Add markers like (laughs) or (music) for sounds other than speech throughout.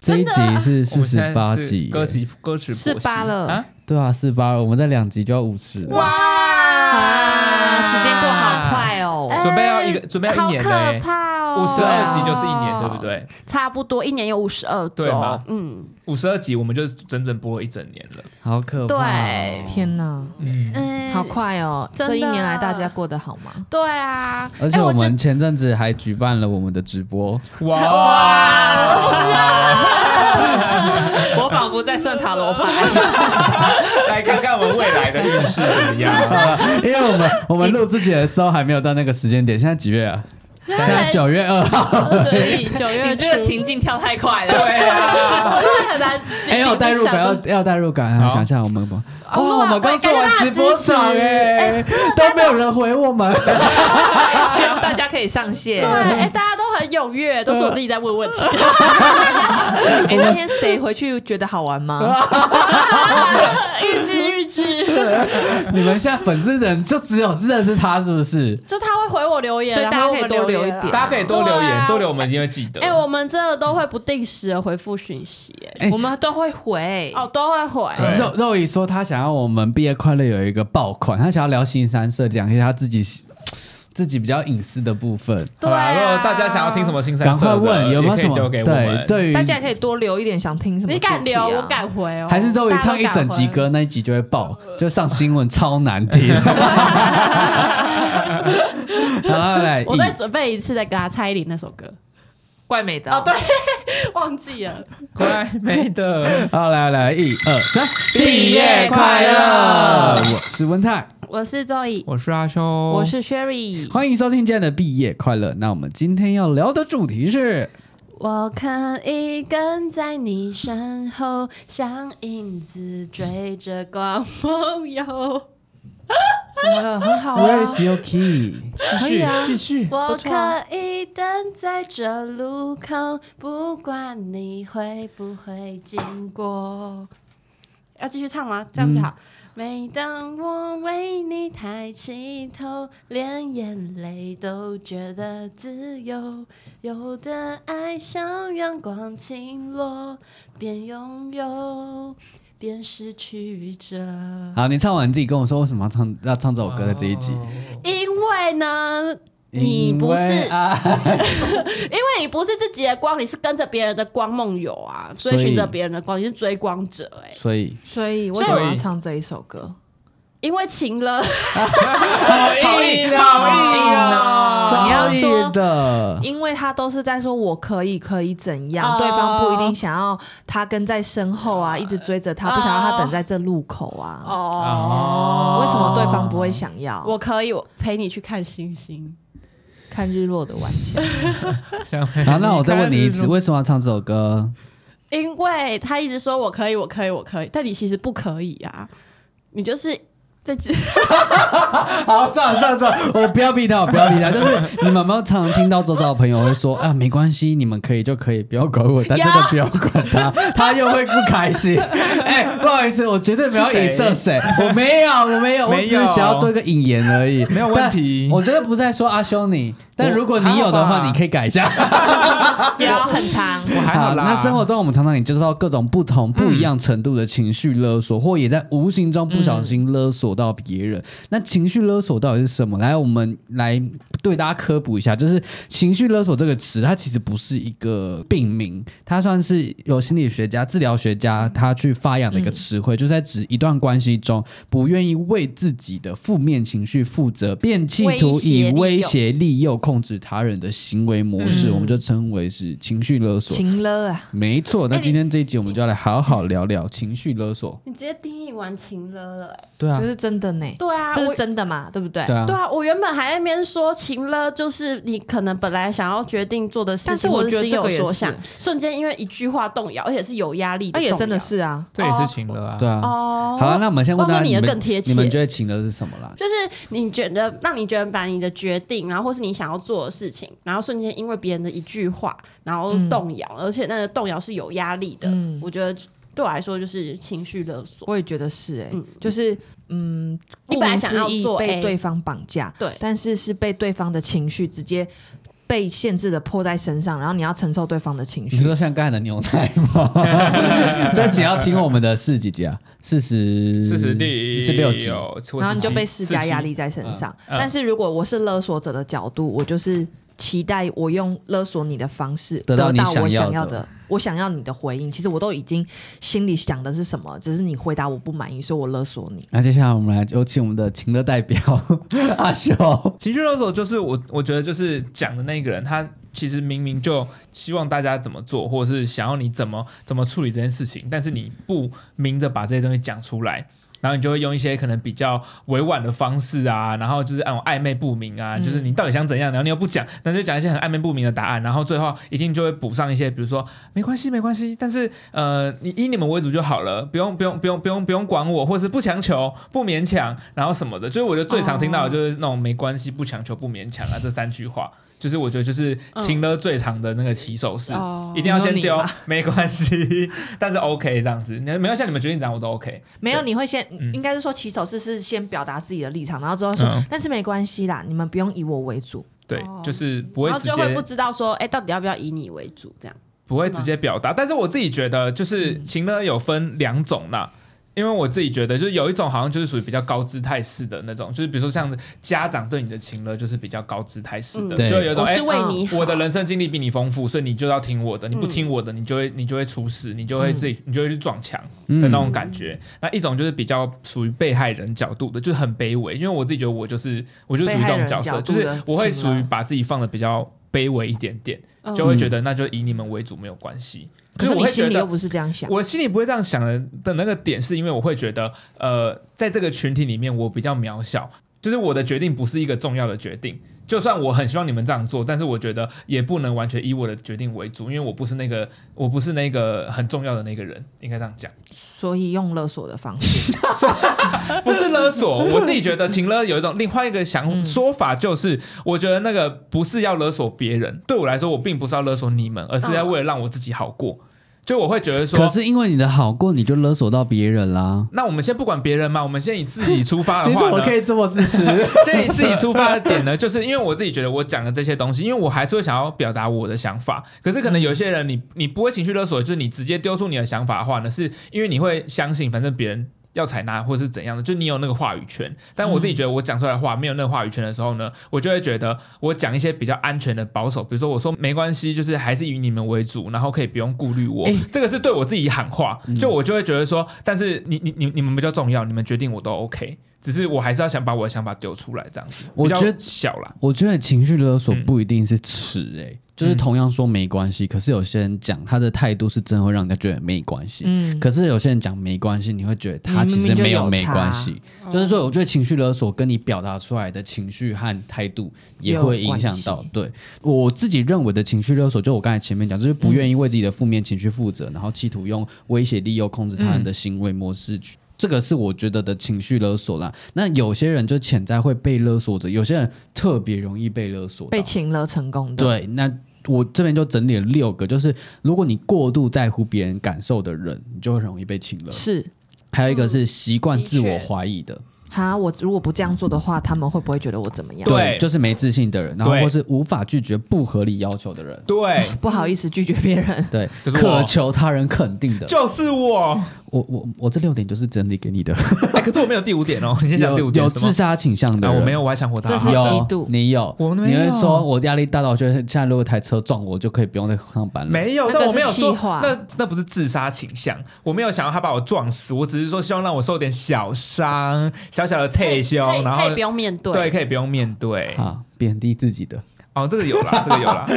这啊一集是四十八我们现在集是耶，歌曲歌曲博士48了啊！对啊，四八，我们在两集就要五十了。啊，哇时间过好快哦。啊准备要一个准备要一年哎好了欸可怕哦！五十二集就是一年，哦啊对不对？差不多一年有五十二对周吧，嗯五十二集我们就整整播了一整年了。好可怕、哦！对天哪，嗯，嗯，好。快哦！真这的一年来大家过得好 (laughs) 吗？对啊，而且哎我觉们得前阵子还举办了我们的直播， (laughs) 哇！我仿佛在算塔罗 (laughs) 牌，来看看我们未来的运势怎么样？啊因为 (laughs) 我们我们录自己的时候还没有到那个时间点，现在几月啊？现在九月二号，对九月初，你这个情境跳太快了。对啊， (laughs) 我真的很难。哎，要有代入感，要要有代入感啊！好想象我们吧，哇哦，我们刚做完直播场感谢大家的支持哎，都没有人回我们， (laughs) 希望大家可以上线。对，哎，大家都很踊跃，都是我自己在问问题。哎，那天谁回去觉得好玩 (laughs) 吗？ (laughs) 预知预知，你们现在粉丝人就只有认识他是不是？ (laughs) 就他会回我留言，所以大家可以然后我多留留一言啊点大家可以多留对啊言，多留我们一定会记得。哎、我们真的都会不定时的回复讯息、哎哎我们都会回。哦，都会回。对肉肉姨说她想要我们毕业快乐有一个爆款，她想要聊新三社，讲一下她自己自己比较隐私的部分。对、好啊啦，如果大家想要听什，么新三赶色快的，问有没有也可以什么丢给我对们？对于大家也可以多留一点想听什么、啊你敢留，我。敢回哦。啊还是周瑜唱一整集歌，那一集就会爆，就上新闻，超难听。 (laughs) 然后来，大家都敢回，我再以准备一次再给他蔡依林那首 (laughs) 歌。怪美的哦，对，忘记了。乖妹的，好来来，一二三，毕业快乐我是温泰，我是周怡，我是阿修，我是 Sherry。哦欢迎收听今天的毕业快乐。那我们今天要聊的主题是，我可以跟在你身后，像影子追着光 (laughs) 梦游。怎么了？很 (laughs) 啊好 Where is your key？继续继续，我不错啊可以等在这路口，不管你会不会经过。嗯要继续唱吗？这样就好。每当我为你抬起头，连眼泪都觉得自由。有的爱像阳光倾落，边拥有边失去着。好，你唱完自己跟我说为什么要唱要唱这首歌在这一集。哦因为呢，你因不是，为因为啊，你不是自己的光，你是跟着别人的光梦游啊，所以追寻着别人的光，你是追光者哎、所以所以为什么要唱这一首歌？因为晴了， (laughs) 好硬啊好硬啊！你要说所以的，因为他都是在说我可以可以怎样，哦对方不一定想要他跟在身后啊，一直追着他，不想要他等在这路口啊。哦为什么对方不会想要？我可以，我陪你去看星星。看日落的晚 (laughs) 霞，想陪好，那我再问你一次，看日落为什么要唱这首歌？因为他一直说我可以，我可以，我可以，但你其实不可以啊，你就是 (laughs) 自己。好，算了算了算了，我不要逼他，我不要逼他。 (laughs) 就是你们有没有常常听到周遭的朋友会说啊，没关系，你们可以就可以，不要管我，但真的不要管他， (laughs) 他又会不开心。哎、不好意思，我绝对没有影射谁，我没有，我没有，我没只有是想要做一个引言而已，没有问题但我觉得不在说阿修你，但如果你有的还好话，吧你可以改一下。有很 (laughs) 长。我还好啦。那生活中我们常常也接触到各种不同、不一样程度的情绪勒索，或也在无形中不小心勒索到别人。那情绪勒索到底是什么？来，我们来对大家科普一下，就是情绪勒索这个词，它其实不是一个病名，它算是有心理学家、治疗学家他去发扬的一个词汇，就在指一段关系中不愿意为自己的负面情绪负责，便企图以威威胁利诱胁、利诱、控制他人的行为模式，嗯我们就称为是情绪勒索。情了啊，没错，那哎你今天这一集我们就要来好好聊聊情绪勒索。你直接定义完晴了了、欸。对啊这，是真的呢，对啊，这我是真的嘛，对不对？对啊对，啊，我原本还在那边说情了，就是你可能本来想要决定做的事情，但是我或者觉得心有这个也所是想，瞬间因为一句话动摇，而且是有压力的那动摇，也真的是啊，这也是情了啊对。啊。哦。好了，那我们先问大我家，说你你的们更贴切你们觉得情勒是什么啦？就是你觉得让你觉得把你的决定，然后或是你想要做的事情，然后瞬间因为别人的一句话，然后动摇，而且那个动摇是有压力的。嗯我觉得对我来说就是情绪勒索。我也觉得是哎、嗯就是嗯，你顾本来名想要思义做 A 被对方绑架，对但是是被对方的情绪直接被限制的迫在身上，然后你要承受对方的情你绪。说像刚才的牛奶 (laughs) 吗？但请要听我们的四十几集啊，四十四十六四十六集，然然后你就被施加压力在身上。嗯但是如果我是勒索者的角度，我就是期待我用勒索你的方式得到到你我想要想的要的，我想要你的回应。其实我都已经心里想的是什么，只是你回答我不满意，所以我勒索你。那接下来我们来有请我们的情乐代表 (laughs) 阿修，情绪勒索就是我，我觉得就是讲的那个人，他其实明明就希望大家怎么做，或者是想要你怎么怎么处理这件事情，但是你不明着把这些东西讲出来，然后你就会用一些可能比较委婉的方式啊，然后就是那种暧昧不明啊，嗯就是你到底想怎样，然后你又不讲，那就讲一些很暧昧不明的答案，然后最后一定就会补上一些，比如说没关系没关系，但是呃，你以你们为主就好了，不用不用不用不用不用管我，或是不强求、不勉强，然后什么的。就是我觉得最常听到的就是那种没关系、不强求、不勉强啊这三句话，就是我觉得就是情勒最长的那个起手式，嗯哦一定要先你有丢你吧 (laughs) 没关系， (laughs) 但是 OK 这样子，你没有像你们决定讲我都 OK，没有，对你会先嗯应该是说起手式是先表达自己的立场，然后之后说嗯，但是没关系啦，你们不用以我为主。对，哦就是不会然后直就会接不知道说，哎，到底要不要以你为主这样？不会是吗直接表达，但是我自己觉得，就是嗯情勒有分两种啦。因为我自己觉得，就是有一种好像就是属于比较高姿态式的那种，就是比如说像家长对你的情勒，就是比较高姿态式的，嗯对就有一种我哎是，为你好，嗯我的人生经历比你丰富，所以你就要听我的，你不听我的，你就会你就会出事，你就会自己你就会去撞墙的嗯那种感觉。那一种就是比较属于被害人角度的，就是很卑微，因为我自己觉得我就是我就是属于这种角色，就被害人角度的是我会情属勒于把自己放的比较卑微一点点。嗯就会觉得那就以你们为主没有关系。可就是我你会觉心里又得，不是这样想。我心里不会这样想的的那个点，是因为我会觉得，呃，在这个群体里面我比较渺小，就是我的决定不是一个重要的决定。就算我很希望你们这样做，但是我觉得也不能完全以我的决定为主，因为我不是那个我不是那个很重要的那个人，应该这样讲，所以用勒索的方 (laughs) 式，不是勒索。我自己觉得情勒有一种另外一个想、说法，就是我觉得那个不是要勒索别人，对我来说，我并不是要勒索你们，而是要为了让我自己好过。就我会觉得说，可是因为你的好过，你就勒索到别人啦。那我们先不管别人嘛，我们先以自己出发的话呢，以这么自私？先以自己出发的点呢，就是因为我自己觉得我讲的这些东西，因为我还是会想要表达我的想法。可是可能有些人你你不会情绪勒索，就是你直接丢出你的想法的话呢，是因为你会相信反正别人。要采纳或是怎样的，就你有那个话语权。但我自己觉得，我讲出来的话没有那个话语权的时候呢，我就会觉得我讲一些比较安全的保守，比如说我说没关系，就是还是以你们为主，然后可以不用顾虑我。哎这个是对我自己喊话，就我就会觉得说，但是你你你你们比较重要，你们决定我都 OK。只是我还是要想把我的想法丢出来，这样子。我觉得比较小啦，我觉得情绪勒索嗯不一定是耻哎、就是嗯同样说没关系，可是有些人讲他的态度是真的会让人家觉得没关系。嗯，可是有些人讲没关系，你会觉得他其明实明就没有没差关系，哦就是哦说，我觉得情绪勒索跟你表达出来的情绪和态度也会影响到有关系。对我自己认为的情绪勒索，就我刚才前面讲，就是不愿嗯意为自己的负面情绪负责，然后企图用威胁利诱控制他人的嗯行为模式去。这个是我觉得的情绪勒索啦。那有些人就潜在会被勒索着，有些人特别容易被勒索到，被请了成功的，对，那我这边就整理了六个，就是如果你过度在乎别人感受的人，你就会容易被请了。是嗯还有一个是习惯的自我确怀疑的，哈，我如果不这样做的话，他们会不会觉得我怎么样？对就是没自信的人，然后对或是无法拒绝不合理要求的人，对，不好嗯意思拒绝别人，对，就是我渴求他人肯定的。就是我。我我我这六点就是整理给你的，哎，可是我没有第五点哦，你先讲第有五点有是吗自杀倾向的啊，人，我没有，我还想活他这。是好嫉有妒你有，我没你会有说我压力大到我觉得现在如果有台车撞我，就可以不用再上班了。没有，那个但我没有是说气话那那不是自杀倾向，我没有想要他把我撞死，我只是说希望让我受点小伤，小小的可退以休，可以然可后以不用面对，对，可以不用面对。啊，贬低自己的，哦，这个有啦，这个有啦。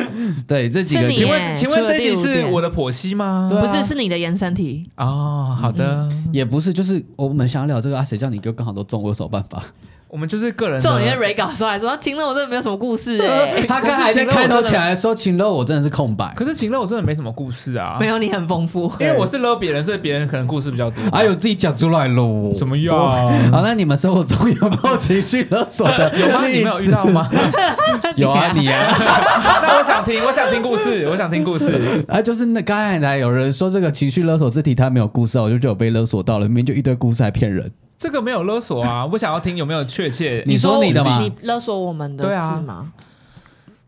对这几个是你就请耶哎问请问除了这一集第五是啊点我的剖析吗？对啊嗯不是是你的延伸题，哦，好的，也不是，就是我们想要聊这个啊，谁叫你就刚好都中，我有什么办法？我们就是个人的。这种人蕊稿说来说，秦乐我真的没有什么故事 (laughs) 哎，他刚才在开头起来说情乐，我真的是空白。可是情乐我真的没什么故事啊，没有你很丰 (laughs) 富，因为我是勒别人，所以别人可能故事比较多。 (laughs) 哎呦，自己讲出来喽！什么呀 (laughs) 好，那你们生活中有没有情绪勒索的例子？ (laughs) 有吗？你没有遇到吗？ (laughs) 有啊，你啊， (laughs) (laughs) 那我想听，我想听故事，我想听故事。啊，就是那刚才来有人说这个情绪勒索这题他没有故事啊，我就觉得我被勒索到了，明明就一堆故事还骗人。这个没有勒索啊，我想要听有没有确切。你说你的吗你勒索我们的对啊是吗？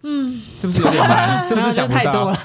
嗯，是不是有点难？是不是想不太多到？了？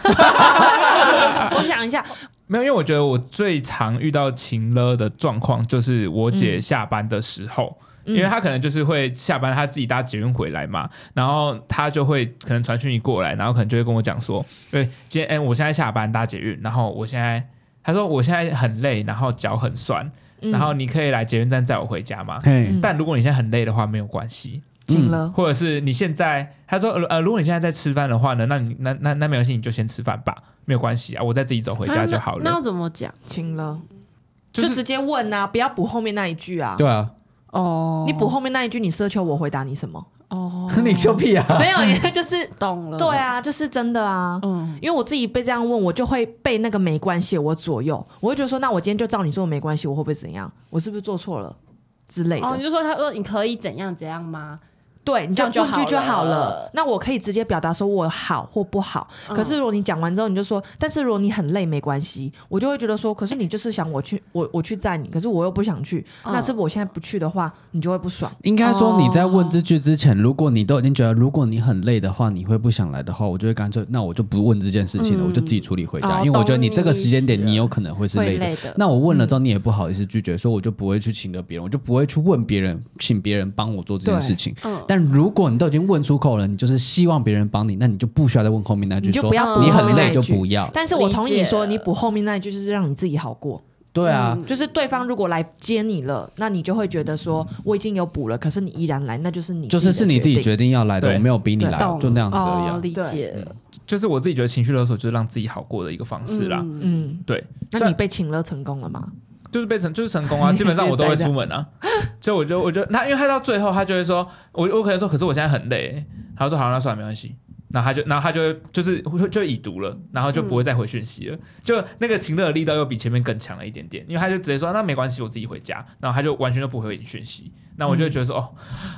我想一下，没有，因为我觉得我最常遇到情勒的状况就是我姐下班的时候。因为她可能就是会下班，她自己搭捷运回来嘛，然后她就会可能传讯息过来，然后可能就会跟我讲说，对，今天哎、我现在下班搭捷运，然后我现在，她说我现在很累，然后脚很酸，嗯然后你可以来捷运站载我回家吗？嘿嗯，但如果你现在很累的话，没有关系，请了，或者是你现在，他说呃，如果你现在在吃饭的话呢，那你那那那没关系，你就先吃饭吧，没有关系啊，我再自己走回家就好那了。要怎么讲？请了，就就是直接问啊，不要补后面那一句啊。对啊，哦你 (laughs) 补后面那一句，你奢求我回答你什么？哦 (laughs) 你就屁啊！没有，就是懂了，对，啊，就是真的啊。嗯，因为我自己被这样问，我就会被那个没关系我左右，我会觉得说，那我今天就照你说的没关系，我会不会怎样？我是不是做错了之嗯类的？哦，你就说他说你可以怎样怎样吗？对，你就这样就问句就好好了了。那我可以直接表达说我好或不好。嗯可是如果你讲完之后，你就说，但是如果你很累没关系，我就会觉得说，可是你就是想我去，我我去载你，可是我又不想去。嗯那是不是我现在不去的话，你就会不爽？应该说你在问这句之前，如果你都已经觉得如果你很累的话，你会不想来的话，我就会干脆那我就不问这件事情了，嗯我就自己处理回家，哦因为我觉得你懂这个时间你意点思你有可能会是累会的。累的，那我问了之后，你也不好意思拒绝，所以我就不会去请了别人，我就不会去问别人，请别人帮我做这件事情。嗯，但如果你都已经问出口了，你就是希望别人帮你，那你就不需要再问后面那句你就说不要补你后很面那累一就句不要。但是我同意理你解说，你补后面那一句就是让你自己好过。对啊，嗯就是对方如果来接你了，那你就会觉得说我已经有补了，可是你依然来，那就是你就是是你自己觉决定要来的，对我没有逼你来懂，就那样子而已哦啊。，理对解了，就是我自己觉得情绪勒索就是让自己好过的一个方式啦。嗯嗯，对，虽那你然被请了成功了吗？就是被成就是成功啊，基本上我都会出门啊。所以我 (laughs) 就我就那，因为他到最后他就会说，我我可能说，可是我现在很累，他就说好，那算了，没关系。然后他就，然后他就会就是就就已读了，然后就不会再回讯息了。就那个情乐的力道又比前面更强了一点点，因为他就直接说那没关系，我自己回家。然后他就完全都不回你讯息。那我就会觉得说、哦，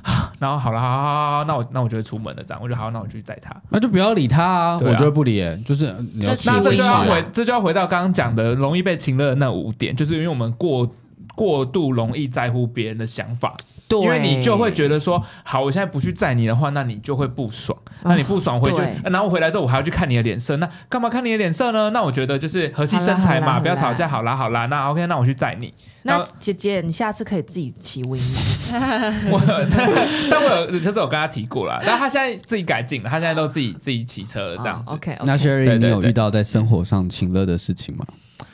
(laughs) 然后好了，好好好好，那我那我就会出门了，这样我就好，那我去载他。那就不要理他啊，对啊我觉得不理欸，就是你要就自己那问这自就己要啊回，这就要回到刚刚讲的，容易被情勒的那五点，就是因为我们过过度容易在乎别人的想法，对，因为你就会觉得说，好，我现在不去载你的话，那你就会不爽，那你不爽回去，啊对呃然后回来之后我还要去看你的脸色，那干嘛看你的脸色呢？那我觉得就是和气生财好啦好嘛，啦不要好啦吵架，好啦好啦，那 OK，那我去载 (laughs) 你。那姐姐，你下次可以自己骑 (laughs) w i 我但我有就是我跟他提过了，但他现在自己改进了，他现在都自己自己骑车了这样子。哦 OK，那 Sherry，对对你有对遇到在生活上情乐的事情吗？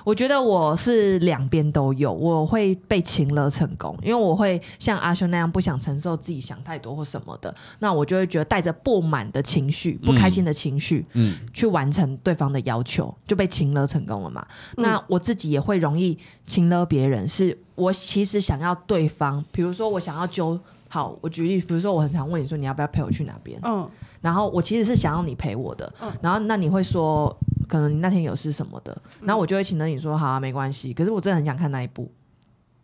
我觉得我是两边都有，我会被情勒成功，因为我会像阿修那样不想承受自己想太多或什么的，那我就会觉得带着不满的情绪、不开心的情绪、嗯，去完成对方的要求，就被情勒成功了嘛。嗯那我自己也会容易情勒别人，是我其实想要对方，比如说我想要揪。好，我举例，比如说我很常问你说你要不要陪我去哪边，嗯然后我其实是想要你陪我的，嗯然后那你会说，可能你那天有事什么的，嗯然后我就会请着你说，好、啊，没关系。可是我真的很想看那一部，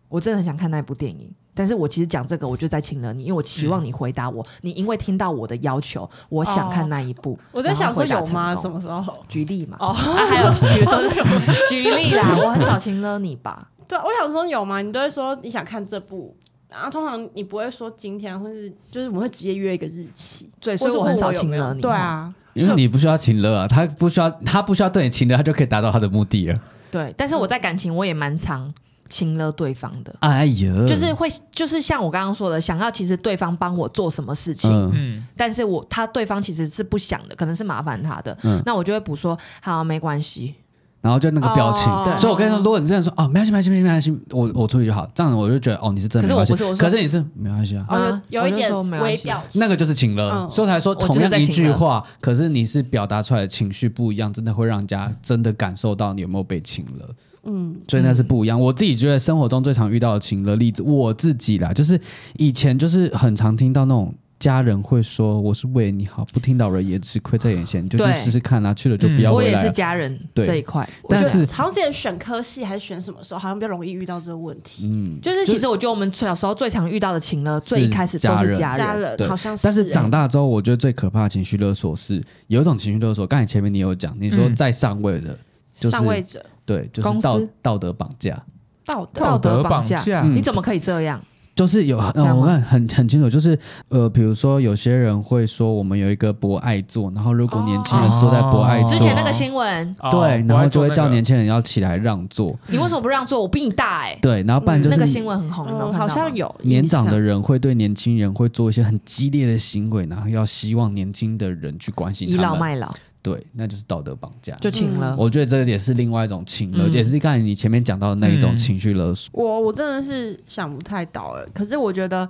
我真的很想看那一部电影。但是我其实讲这个，我就在请了你，因为我期望你嗯回答我。你因为听到我的要求，我想看那一部。哦我在想说有吗？然后回答成功什么时候？举例嘛？哦啊，还有比如说 (laughs) 举例啦，啊我很少请了你吧？对，我想说有吗？你都会说你想看这部，然后通常你不会说今天，或是就是我们会直接约一个日期，对，或所以是我问很少有请没有了你。对，啊，因为你不需要情乐啊，他不需要，他不需要对你情乐，他就可以达到他的目的了。 (laughs) 对，但是我在感情我也蛮常请了对方的。哎呀，就是会，就是像我刚刚说的，想要其实对方帮我做什么事情，嗯，嗯，但是我他对方其实是不想的，可能是麻烦他的，嗯那我就会补说好没关系，然后就那个表情哦。所以我跟你说，如果你真的说啊，没关系，没关系，没关系，我我处理就好，这样我就觉得哦，你是真的没关系。可是我不是我说可是你是没关系啊。哦啊，有有一我就说点没关微系表情，那个就是情乐，嗯所以我才说我就是同样在一情句勒话，可是你是表达出来的情绪不一样，真的会让人家真的感受到你有没有被情勒。嗯所以那是不一样。我自己觉得生活中最常遇到的情的例子，我自己啦，就是以前就是很常听到那种。家人会说我是为你好，不听老人言吃亏在眼前，你就去对试试看啊，去了就不要嗯我回也来是啊。家人对这一块，我但觉得是好像之前选科系还是选什么时候，好像比较容易遇到这个问题。嗯，就是其实我觉得我们小时候最常遇到的情呢，最一开始都是家家人，人嗯对好像是，欸但是啊长大之后，我觉得最可怕的情绪勒索是有一种情绪勒索，刚才前面你有讲，你说嗯在上位的，就是上位者对，就是公司道道德绑架，道德道道德德绑绑架架嗯你怎么可以这样？就是有，这嗯，样吗我看很很清楚，就是呃，比如说有些人会说我们有一个博爱座，然后如果年轻人坐在博爱哦座，之前那个新闻，哦对，我然还后就做会那叫个年轻人要起来让座，你为什么不让座？我比你大哎，对，然后不然就那是个你新闻很红，哦你没有嗯，看好到吗像有年长的人会对年轻人会做一些很激烈的行为，然后要希望年轻的人去关心倚他老们，卖老对，那就是道德绑架。就请嗯了。我觉得这也是另外一种情勒，嗯也是刚才你前面讲到的那一种嗯情绪勒索。我我真的是想不太到哎、可是我觉得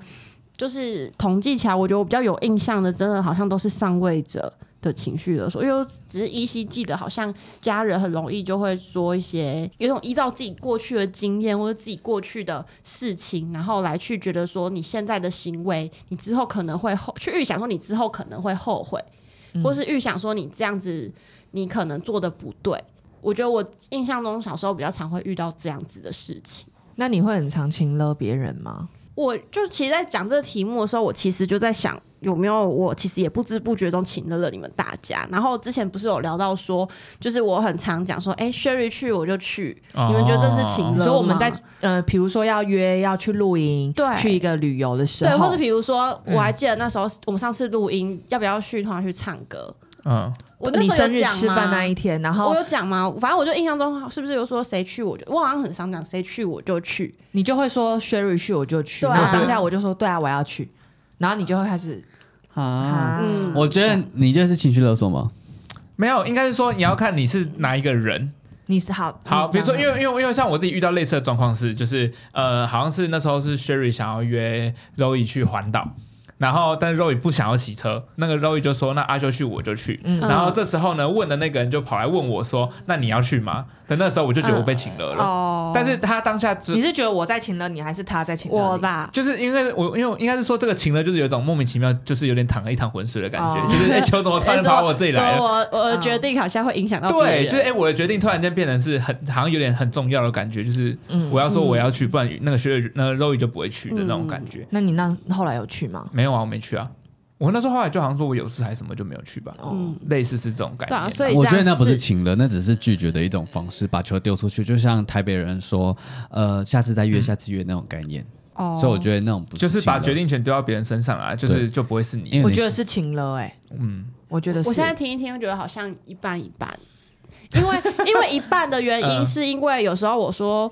就是统计起来，我觉得我比较有印象的，真的好像都是上位者的情绪勒索，因为我只是依稀记得，好像家人很容易就会说一些有一种依照自己过去的经验或者自己过去的事情，然后来去觉得说你现在的行为，你之后可能会后去预想说你之后可能会后悔，或是预想说你这样子你可能做的不对。我觉得我印象中小时候比较常会遇到这样子的事情。那你会很常请了别人吗？我就其实，在讲这个题目的时候，我其实就在想，有没有我其实也不知不觉中请了了你们大家。然后之前不是有聊到说，就是我很常讲说，哎、s h e r r y 去我就去，你们觉得这是情哦勒所以我们在吗呃，比如说要约要去露营，对去一个旅游的时对，候，或者比如说，我还记得那时候我们上次录音，要不要去同学去唱歌？嗯，我那你时候生有日讲吃饭那吗？一天，然我后有讲吗？反正我就印象中是不是有说谁去我就，我好像很常讲谁去我就去。你就会说 Sherry 去我就去，对啊然后当下我就说对啊我要去，然后你就会开始啊，啊，嗯我觉得你这是情绪勒索吗？没有，应该是说你要看你是哪一个人。你是好好，你比如说，讲因为因为因为像我自己遇到类似的状况是，就是呃，好像是那时候是 Sherry 想要约 Zoe 去环岛。然后，但是 Roy 不想要骑车，那个 Roy 就说：“那阿修去，我就去。嗯然后这时候呢，问的那个人就跑来问我说：“那你要去吗？”但那时候我就觉得我被请了了。哦但是他当下就你是觉得我在请了你，还是他在请了你我？吧，就是因为我因为我应该是说这个情呢，就是有一种莫名其妙，就是有点淌了一淌浑水的感觉，哦就是哎，球、怎么突然怎么跑到我这里来哎怎了？么我我的决定好像会影响到别对，人就是哎、我的决定突然间变成是很好像有点很重要的感觉，就是嗯我要说我要去，不然那个学姐那个 Roy 就不会去的那嗯种感觉。那你那后来有去吗？没有啊，我没去啊，我那时候后来就好像说我有事还是什么就没有去吧，嗯，类似是这种感觉、哦对啊，所以我这觉得样嗯那不是是请了，那只是拒绝的一种方式，把球丢出去，就像台北人说，呃，下次再约，嗯下次约那种概念。哦所以我觉得那种不就是把决定，定权丢到别人身上啊，就是就不会是因你。为我你觉得是请了哎、嗯，我觉得是我现在听一听，我觉得好像一半一半，因为 (laughs) 因为一半的原因嗯是因为有时候我说。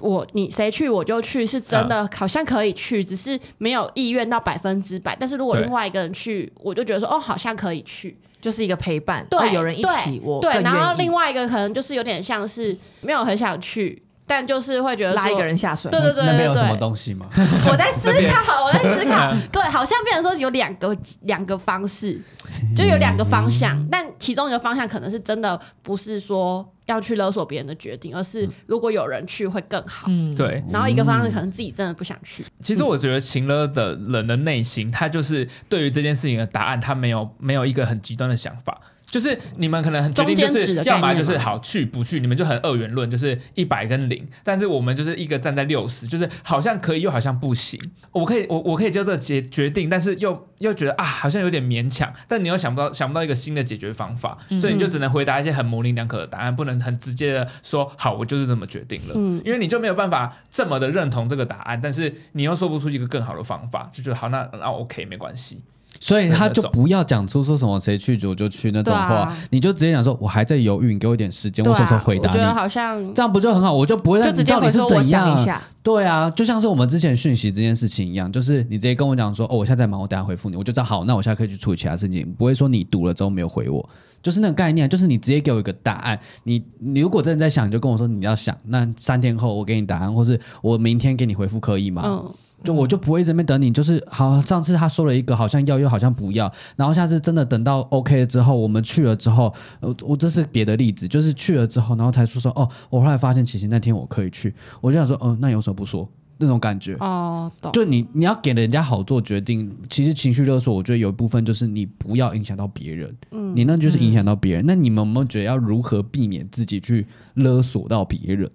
我你谁去我就去，是真的好像可以去，只是没有意愿到百分之百。但是如果对另外一个人去，我就觉得说哦，好像可以去。就是一个陪伴，对，哦有人一起对，我对。更然后愿意另外一个可能就是有点像是没有很想去，但就是会觉得拉一说个，人下水，对对对那边有对什么对。东西吗？我在思那边考，我在思考， (laughs) 对，好像变成说有两个两个方式，就有两个方嗯向，但其中一个方向可能是真的不是说要去勒索别人的决定，而嗯是如果有人去会更好。嗯，对。然后一个方向可能自己真的不想去，其实我觉得情了的人的内心，他就是对于这件事情的答案，他没有没有一个很极端的想法。就是你们可能很决定，就中间值是的概要念么就是嘛好去不去，你们就很二元论，就是一百跟零。但是我们就是一个站在六十，就是好像可以又好像不行。我可以我我可以就这个决决定，但是又又觉得啊好像有点勉强，但你又想不到想不到一个新的解决方法，嗯所以你就只能回答一些很模棱两可的答案，不能很直接的说好我就是这么决定了。嗯，因为你就没有办法这么的认同这个答案，但是你又说不出一个更好的方法，就觉得好，那那 OK 没关系，所以他对那就种不要讲出说什么谁去我就去那种对话啊，你就直接讲说我还在犹豫，你给我一点时间，嗯对我什么时啊候，回我答觉得你？好像这样不就很好？我就不会让就你直接到底回是说我怎样想一啊。下，对啊，就像是我们之前讯息这件事情一样，就是你直接跟我讲说，哦，我现在在忙，我等下回复你，我就知道好，那我现在可以去处理其他事情，不会说你读了之后没有回我，就是那个概念，就是你直接给我一个答案，你你如果真的在想，你就跟我说你要想，那三天后我给你答案，或是我明天给你回复可以吗？嗯，就我就不会这边等你，就是好。上次他说了一个好像要又好像不要，然后下次真的等到 OK 了之后，我们去了之后，呃，我这是别的例子，就是去了之后，然后才说说哦，我后来发现其实那天我可以去，我就想说，哦、那有什么不说那种感觉。哦，懂。就你，你要给人家好做决定。其实情绪勒索，我觉得有一部分就是你不要影响到别人，嗯你那就是影响到别人。那你们有没有觉得要如何避免自己去勒索到别人？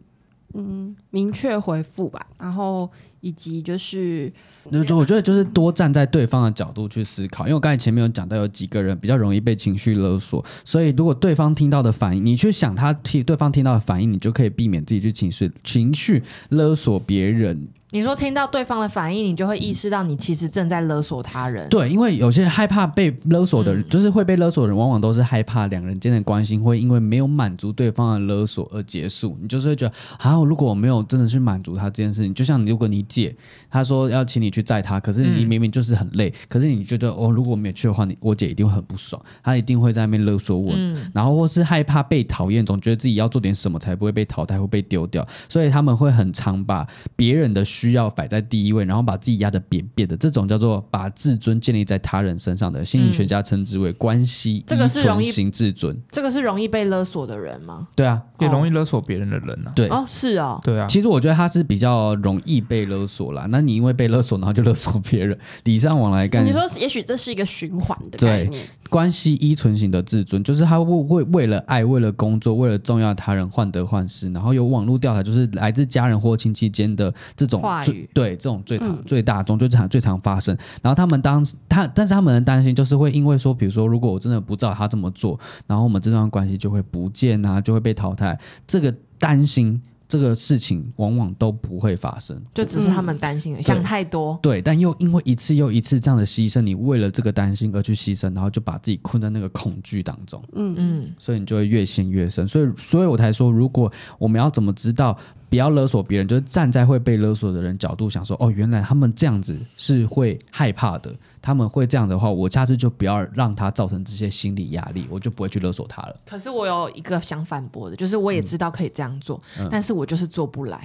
明确回复吧，然后以及就是那就我觉得就是多站在对方的角度去思考，因为我刚才前面有讲到有几个人比较容易被情绪勒索，所以如果对方听到的反应，你去想他听对方听到的反应，你就可以避免自己去情绪情绪勒索别人。你说听到对方的反应，你就会意识到你其实正在勒索他人。对，因为有些害怕被勒索的人，就是会被勒索的人，往往都是害怕两人间的关心会因为没有满足对方的勒索而结束。你就是会觉得，啊，如果我没有真的去满足他这件事情，就像你如果你姐她说要请你去载她，可是你嗯明明就是很累，可是你觉得哦，如果我没有去的话，你我姐一定会很不爽，她一定会在那边勒索我，嗯，然后或是害怕被讨厌，总觉得自己要做点什么才不会被淘汰或被丢掉，所以他们会很常把别人的需要摆在第一位，然后把自己压得扁扁的，这种叫做把自尊建立在他人身上的，心理学家称之为关系这个依是容存易型自尊。这个是容易被勒索的人吗？对啊，也容易勒索别人的人啊。对。哦，是哦，对啊，其实我觉得他是比较容易被勒索啦，那你因为被勒索，然后就勒索别人，礼尚往来干。你说，也许这是一个循环的概对念，关系依存型的自尊，就是他会会为了爱、为了工作、为了重要他人患得患失。然后有网络调查，就是来自家人或亲戚间的这种话最语嗯对这种最常、最大宗、最常最常发生。然后他们当他，但是他们的担心就是会因为说，比如说，如果我真的不照他这么做，然后我们这段关系就会不见啊，就会被淘汰。这个担心。这个事情往往都不会发生，就只是他们担嗯心了，想太多。对，但又因为一次又一次这样的牺牲，你为了这个担心而去牺牲，然后就把自己困在那个恐惧当中。嗯，所以你就会越陷越深。所以，所以我才说，如果我们要怎么知道不要勒索别人，就是站在会被勒索的人角度想说，哦，原来他们这样子是会害怕的，他们会这样的话，我下次就不要让他造成这些心理压力，我就不会去勒索他了。可是我有一个想反驳的，就是我也知道可以这样做，嗯但是我就是做不来，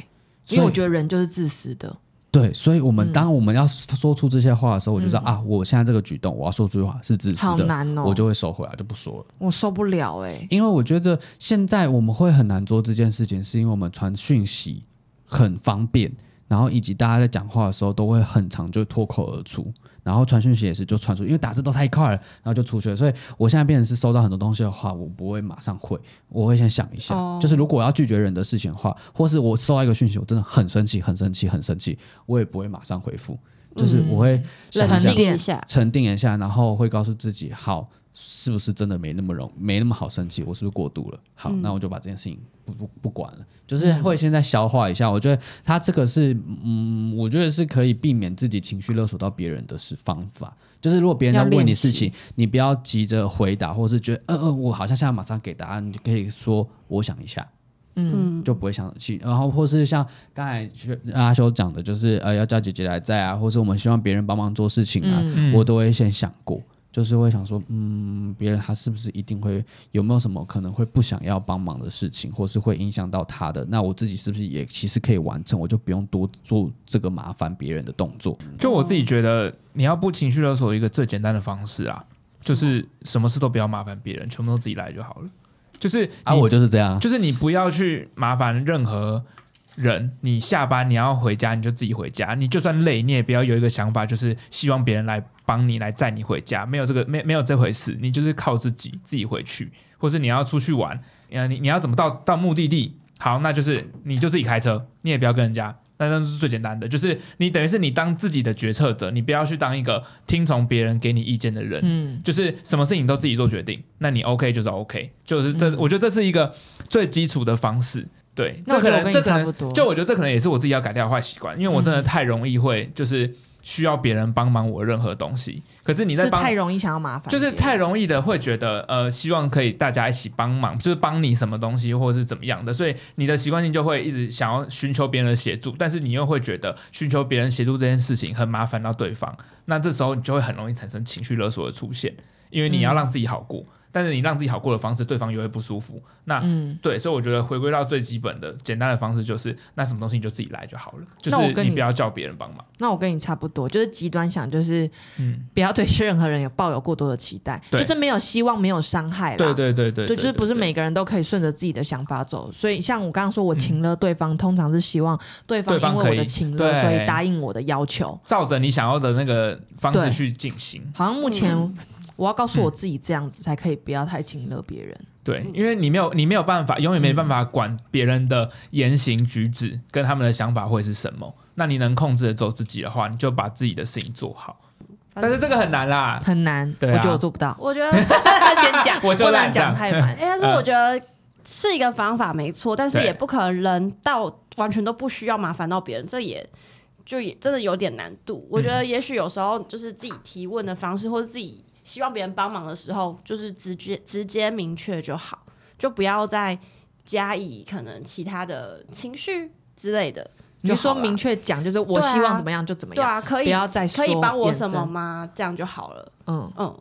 因为所以我觉得人就是自私的。对，所以我们当我们要说出这些话的时候，我就知道、嗯啊，我现在这个举动，我要说出去话是自私好的，难哦我就会收回来，就不说了。我受不了哎、因为我觉得现在我们会很难做这件事情，是因为我们传讯息很方便，然后以及大家在讲话的时候都会很长就脱口而出，然后传讯息也是就传出，因为打字都太快了，然后就出去了。所以我现在变成是收到很多东西的话，我不会马上回，我会先想一下，哦就是如果我要拒绝人的事情的话，或是我收到一个讯息，我真的很生气、很生气、很生气，我也不会马上回复，就是我会想一嗯冷下静定一下。沉淀一下，然后会告诉自己，好，是不是真的没那么容，没那么好生气？我是不是过度了？好，嗯那我就把这件事情不不不管了，就是会现在消化一下。我觉得他这个是，嗯，我觉得是可以避免自己情绪勒索到别人的是方法。就是如果别人在要问你练事习情，你不要急着回答，或是觉得，嗯嗯，我好像现在马上给答案，你就可以说我想一下。嗯，就不会想起，然后或是像刚才学呃阿修讲的，就是呃要叫姐姐来在啊，或是我们希望别人帮忙做事情啊，嗯我都会先想过，就是会想说，嗯，别人他是不是一定会有没有什么可能会不想要帮忙的事情，或是会影响到他的，那我自己是不是也其实可以完成，我就不用多做这个麻烦别人的动作。就我自己觉得，你要不情绪勒索，一个最简单的方式啊，就是什么事都不要麻烦别人，全部都自己来就好了。就是啊，你我就是这样啊，就是你不要去麻烦任何人。你下班你要回家，你就自己回家。你就算累，你也不要有一个想法，就是希望别人来帮你来载你回家。没有这个，没没有这回事。你就是靠自己，自己回去，或是你要出去玩，呃，你你要怎么到到目的地？好，那就是你就自己开车，你也不要跟人家。那那是最简单的，就是你等于是你当自己的决策者，你不要去当一个听从别人给你意见的人。嗯，就是什么事情都自己做决定，那你 OK 就是 OK，就是这，嗯我觉得这是一个最基础的方式。对，那这我可觉得能我这跟你可差不能多。就我觉得这可能也是我自己要改掉的坏习惯，因为我真的太容易会就是需要别人帮忙我任何东西，可是你在是帮太。容易想要麻烦别就人，是太容易的会觉得，呃，希望可以大家一起帮忙，就是帮你什么东西或者是怎么样的，所以你的习惯性就会一直想要寻求别人的协助，但是你又会觉得寻求别人协助这件事情很麻烦到对方，那这时候你就会很容易产生情绪勒索的出现，因为你要让自己好过，但是你让自己好过的方式，对方也会不舒服，那嗯。对，所以我觉得回归到最基本的简单的方式，就是那什么东西你就自己来就好了，就那我是跟你你不要叫别人帮忙。那我跟你差不多，就是极端想，就是嗯，不要对任何人有抱有过多的期待，对就是没有希望，没有伤害啦。对对对对，对，就是不是每个人都可以顺着自己的想法走。所以像我刚刚说，我情勒对方，通常是希望对方对方因可为我以的情勒，对所以答应我的要求。照着你想要的那个方式对去进行。好像目前、我要告诉我自己，这样子才可以不要太情勒别人。对，因为你没有你没有办法，永远没办法管别人的言行举止跟他们的想法会是什么。那你能控制得走自己的话，你就把自己的事情做好。但是这个很难啦，很难，对啊我觉得我做不 (laughs) 到。我觉得先 (laughs) 讲，我就不能懒这样讲太满。哎，但是我觉得是一个方法没错，但是对也不可能人到完全都不需要麻烦到别人，这也就也真的有点难度。我觉嗯得也许有时候就是自己提问的方式，或者自己希望别人帮忙的时候，就是直接直接明确就好，就不要再加以可能其他的情绪之类的。 (laughs) 你就就说好啦明确讲，就是我对啊希望怎么样就怎么对样，啊，可以不要再可以说帮我延什么伸吗？这样就好了。嗯，嗯，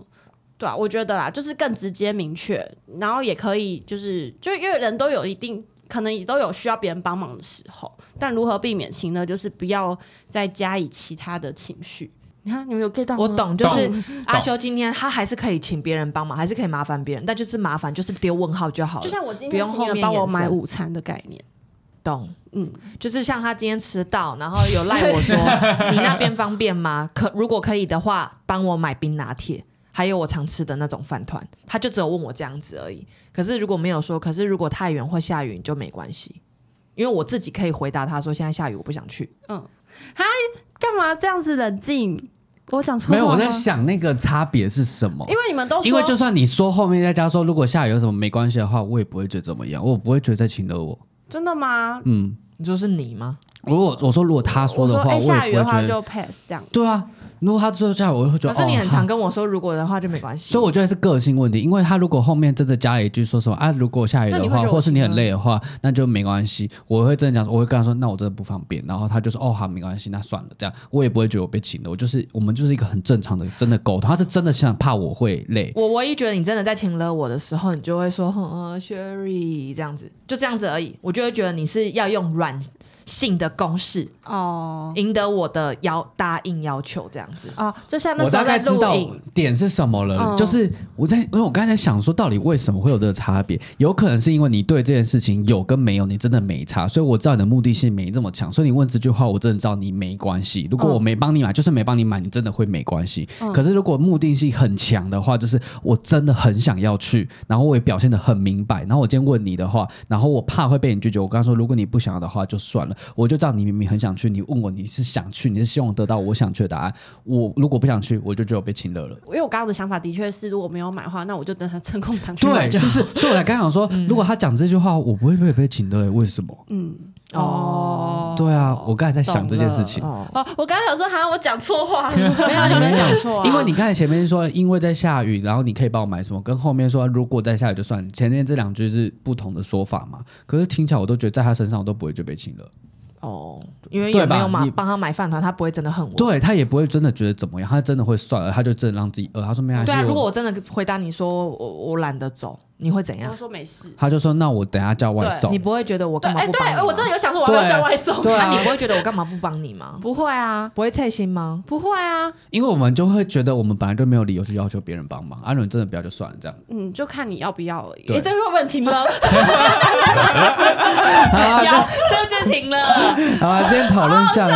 对啊，我觉得啦，就是更直接明确，然后也可以就是，就因为人都有一定可能也都有需要别人帮忙的时候，但如何避免情呢？就是不要再加以其他的情绪。你啊看，你们有 get 到吗我懂，就是嗯懂阿修今天他还是可以请别人帮忙，还是可以麻烦别人，但就是麻烦就是丢问号就好就了。像我今不天用请后你们面帮延我买伸午餐的概念。懂，嗯，就是像他今天迟到，然后有赖 (laughs) 我说你那边方便吗？可如果可以的话，帮我买冰拿铁，还有我常吃的那种饭团。他就只有问我这样子而已。可是如果没有说，可是如果太远或下雨就没关系，因为我自己可以回答他说现在下雨我不想去。干嘛这样子冷静？我讲错没有，话我在吗想那个差别是什么因。为你们都说因为就算你说后面再加说，如果下雨有什么没关系的话，我也不会觉得怎么样，我不会觉得在请了我。真的吗？嗯，你说是你吗？如果我说如果他说我的话，哎、我也下雨的不会觉话得。就 pass 这样。对啊，如果他说下雨，我会觉可得。是你很哦常跟我说，如果的话就没关 (laughs) 系。所以我觉得是个性问题，因为他如果后面真的加了一句说什么啊，如果下雨那的你会觉话，得我或是你很心累的话，那就没关系。我会真的讲，我会跟他说，那我真的不方便。然后他就说，哦，好，没关系，那算了，这样我也不会觉得我被请了。我就是我们就是一个很正常的真的沟通，他是真的想怕我会累。我唯一觉得你真的在请了我的时候，你就会说哼呃 Sherry 这样子，就这样子而已。我就会觉得你是要用软性的公式哦赢得我的要答应要求这样子。哦，就像那我时大候在概知录道影，点是什么了，嗯就是我在，因为我刚才想说，到底为什么会有这个差别？有可能是因为你对这件事情有跟没有，你真的没差，所以我知道你的目的性没这么强，所以你问这句话，我真的知道你没关系。如果我没帮你买，就算没帮你买，你真的会没关系。嗯可是如果目的性很强的话，就是我真的很想要去，然后我也表现的很明白，然后我今天问你的话，然后我怕会被你拒绝，我刚说如果你不想要的话就算了，我就知道你明明很想去，你问我你是想去，你是希望得到我想去的答案，我如果不想去，我就只有被亲热了。因为我刚刚的想法的确是，如果没有买的话，那我就等他成功堂去 (laughs) 买对，就是不是？所以我才刚想 (laughs) 说，嗯如果他讲这句话，我不会被被请热，为什么？嗯，哦哦，对啊，我刚才在想这件事情。哦，哦，我刚刚想说，哈，我讲错话 (laughs) 了， (laughs) 没有你没讲错、啊，因为你刚才前面说，因为在下雨，然后你可以帮我买什么，跟后面说如果在下雨就算，前面这两句是不同的说法嘛。可是听起来我都觉得在他身上我都不会就被请了，哦，因为对有没吧有买你帮他买饭团，他不会真的恨我。啊对他也不会真的觉得怎么样，他真的会算了，他就真的让自己饿。他说没关系，对啊，如果我我真的回答你说我我懒得走，你会怎样我？说没事。他就说那我等下叫外送你，不会觉得我对，干嘛哎，不帮你啊对，吗？我真的有想说我要对叫外送，对那、啊 (laughs) 你不会觉得我干嘛不帮你吗？不会啊，不会脆心吗？不会啊，因为我们就会觉得我们本来就没有理由去要求别人帮忙，阿伦真的不要就算了这样。嗯，就看你要不要而已。对哎，这个问题了，要，这个就停了。好 (laughs) 啊，今天讨论下来，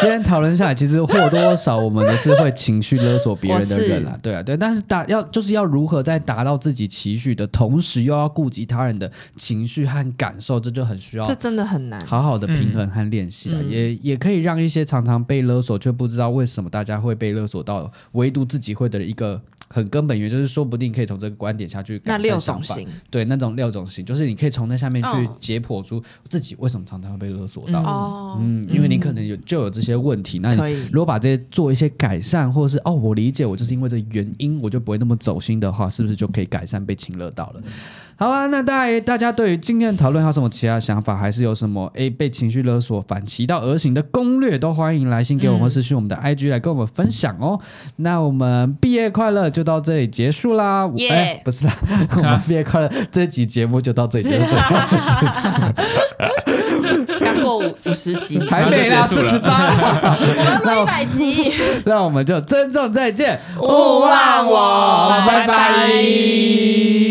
今天讨论下来，其实或多或少我们都是会情绪勒索别人的人啦，对啊，对，但是达要就是要如何在达到自己期许的同时，又要顾及他人的情绪和感受，这就很需要这嗯真的很难。好好的平衡和练习啊，也也可以让一些常常被勒索却不知道为什么大家会被勒索到，唯独自己会的一个。很根本原因就是，说不定可以从这个观点下去那改六善想种法。型，哦对，那种六种型，就是你可以从那下面去嗯解剖出自己为什么常常会被勒索到。嗯哦，嗯，因为你可能有就有这些问题，那可你以如果把这些做一些改善，或者是哦，我理解我就是因为这原因，我就不会那么走心的话，是不是就可以改善被亲热到了？好啦，那大家大家对于今天的讨论还有什么其他想法，还是有什么诶被情绪勒索反其道而行的攻略，都欢迎来信给我们，或私讯我们的 IG 来跟我们分享哦。那我们毕业快乐就到这里结束啦，我哎、耶不 (laughs) 是啦，我们毕业快乐这集节目就到这里结束。刚过五五十集，还没啦，然后就四结十束八。 (laughs) 那我一百集，那我们就珍重再见，勿忘我哦拜拜拜拜